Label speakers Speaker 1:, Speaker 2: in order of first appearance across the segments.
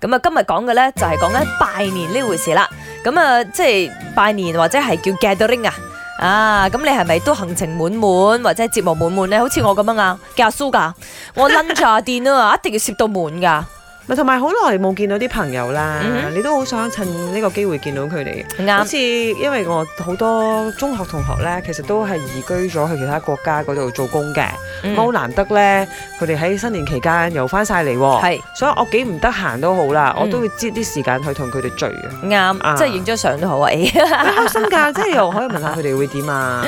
Speaker 1: 咁啊，今日講嘅咧就係講緊拜年呢回事啦。咁啊，即係拜年或者係叫 gathering 啊。啊，咁你係咪都行程滿滿或者節目滿滿咧？好似我咁樣啊，叫阿蘇噶，我 lunch 啊店啊，一定要攝到滿噶，
Speaker 2: 咪同埋好耐冇見到啲朋友啦，
Speaker 1: 嗯哼
Speaker 2: 你都好想趁呢個機會見到佢哋嘅。好
Speaker 1: 啱
Speaker 2: 似因為我好多中學同學咧，其實都係移居咗去其他國家嗰度做工嘅，咁好、
Speaker 1: 嗯
Speaker 2: 難得咧，佢哋喺新年期間又翻晒嚟喎。
Speaker 1: 係
Speaker 2: 所以我幾唔得閒都好啦，我
Speaker 1: 嗯
Speaker 2: 都會擠啲時間去同佢哋聚 嘅，
Speaker 1: 啱，
Speaker 2: 啊
Speaker 1: 即係影張相都好啊。誒
Speaker 2: 開心㗎！即係又可以問下佢哋會點啊？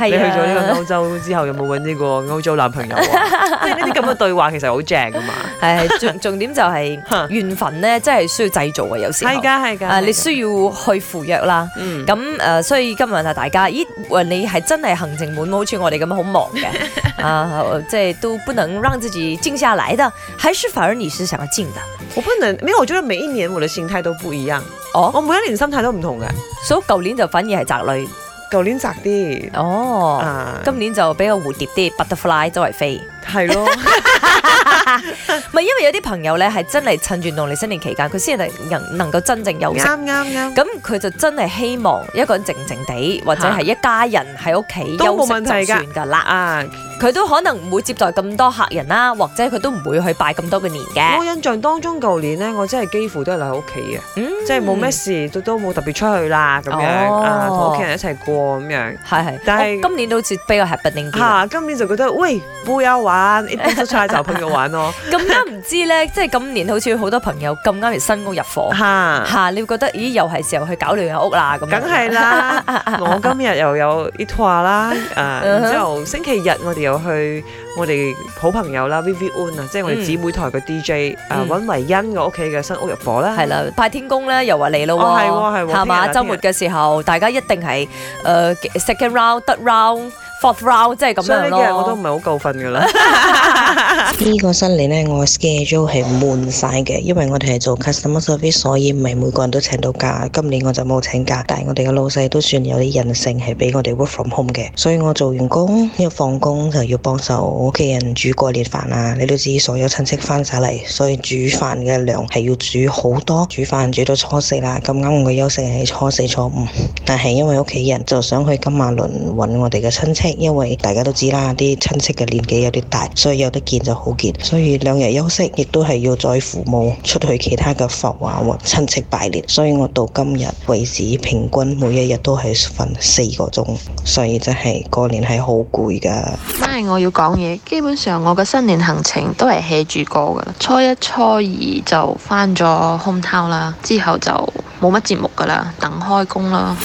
Speaker 2: 你 去
Speaker 1: 係
Speaker 2: 咗呢個
Speaker 1: 啊，
Speaker 2: 歐洲之後有冇揾呢個歐洲男朋 友啊？即係呢啲咁嘅對話其實好正㗎嘛。
Speaker 1: 係 重重點就係緣分咧，真係需要製造嘅，有時候
Speaker 2: 係㗎，係㗎。
Speaker 1: 啊，你
Speaker 2: 係㗎
Speaker 1: 需要去赴約啦。
Speaker 2: 嗯
Speaker 1: 咁誒、呃所以今日問下大家，咦，喂你係真係行程滿滿，好似我哋咁樣好忙嘅， 啊、呃即係都不能讓自己靜下來的，還是反而你是想要靜的？
Speaker 2: 我不能，因為我覺得每一年我的心態都不一樣，
Speaker 1: 哦，
Speaker 2: 我每一年心態都唔同嘅。
Speaker 1: 所以舊年就反而係宅女，
Speaker 2: 舊年窄啲，
Speaker 1: 哦，
Speaker 2: 啊，
Speaker 1: 今年就比較蝴蝶啲，butterfly 周圍飛。
Speaker 2: 係 咯，
Speaker 1: 唔係因為有啲朋友咧係真係趁住農曆新年期間，佢先係能能夠真正休息。
Speaker 2: 啱啱啱，
Speaker 1: 咁佢就真係希望一個人靜靜地，或者係一家人喺屋企
Speaker 2: 都
Speaker 1: 休
Speaker 2: 冇
Speaker 1: 息
Speaker 2: 問題
Speaker 1: 就
Speaker 2: 㗎
Speaker 1: 算㗎啦。
Speaker 2: 啊，
Speaker 1: 佢都可能唔會接待咁多客人啦，或者佢都唔會去拜咁多嘅年嘅。
Speaker 2: 我印象當中舊年咧，我真係幾乎都係留喺屋企嘅，
Speaker 1: 嗯
Speaker 2: 即係冇咩，事，都都冇特別出去啦咁樣，
Speaker 1: 哦
Speaker 2: 啊，同屋企人一齊過咁樣。
Speaker 1: 係係。
Speaker 2: 但係
Speaker 1: 我今年都好似比較 happening
Speaker 2: 嚇、
Speaker 1: 啲。啊
Speaker 2: 今年就覺得喂，冇有玩，一邊都出去找朋友玩咯，
Speaker 1: 咁啱唔知咧，即係今年好似好多朋友咁啱嚟新屋入伙
Speaker 2: 嚇、
Speaker 1: 嚇，你會覺得咦又係時候去搞亂下屋啦咁樣。
Speaker 2: 梗係啦， 我今日又有 i t 啦，誒，
Speaker 1: 嗯哼
Speaker 2: 然之後星期日我哋又去我哋好朋友啦 Vivi Un 啊，即係我哋姊妹台嘅 DJ 誒
Speaker 1: 嗯
Speaker 2: 尹維欣嘅屋企嘅新屋入伙啦，
Speaker 1: 係啦，拜天公咧又話嚟咯
Speaker 2: 哦
Speaker 1: 喎，
Speaker 2: 係喎係喎
Speaker 1: 係嘛？
Speaker 2: 聽日
Speaker 1: 週末嘅時候，大家一定係誒 second round、third round、fourth round，即係咁
Speaker 2: 所以
Speaker 1: 樣
Speaker 2: 呢幾日我都唔
Speaker 1: 咯。
Speaker 2: 係好夠瞓㗎啦。
Speaker 3: 呢個新年呢，我 schedule 係滿晒嘅，因為我哋係做 customer service，所以唔係每個人都請到假。今年我就冇請假，但係我哋嘅老細都算有啲人性，係俾我哋 work from home 嘅。所以我做完工一放工就要幫手屋企人煮過年飯啊！你都知所有親戚翻晒嚟，所以煮飯嘅量係要煮好多，煮飯煮到初四啦。咁啱我嘅休息係初四初五，但係因為屋企人就想去金馬倫揾我哋嘅親戚，因為大家都知啦，啲親戚嘅年紀有啲大，所以有得見就好見，所以兩日休息亦都係要載父母出去其他嘅埠啊或親戚拜年，所以我到今日為止平均每一日都係瞓四個鐘，所以真係過年係好攰㗎。
Speaker 4: 咪我要講嘢，基本上我嘅新年行程都係 hea 住過噶啦。初一、初二就翻咗 home town 啦，之後就冇乜節目噶啦，等開工啦。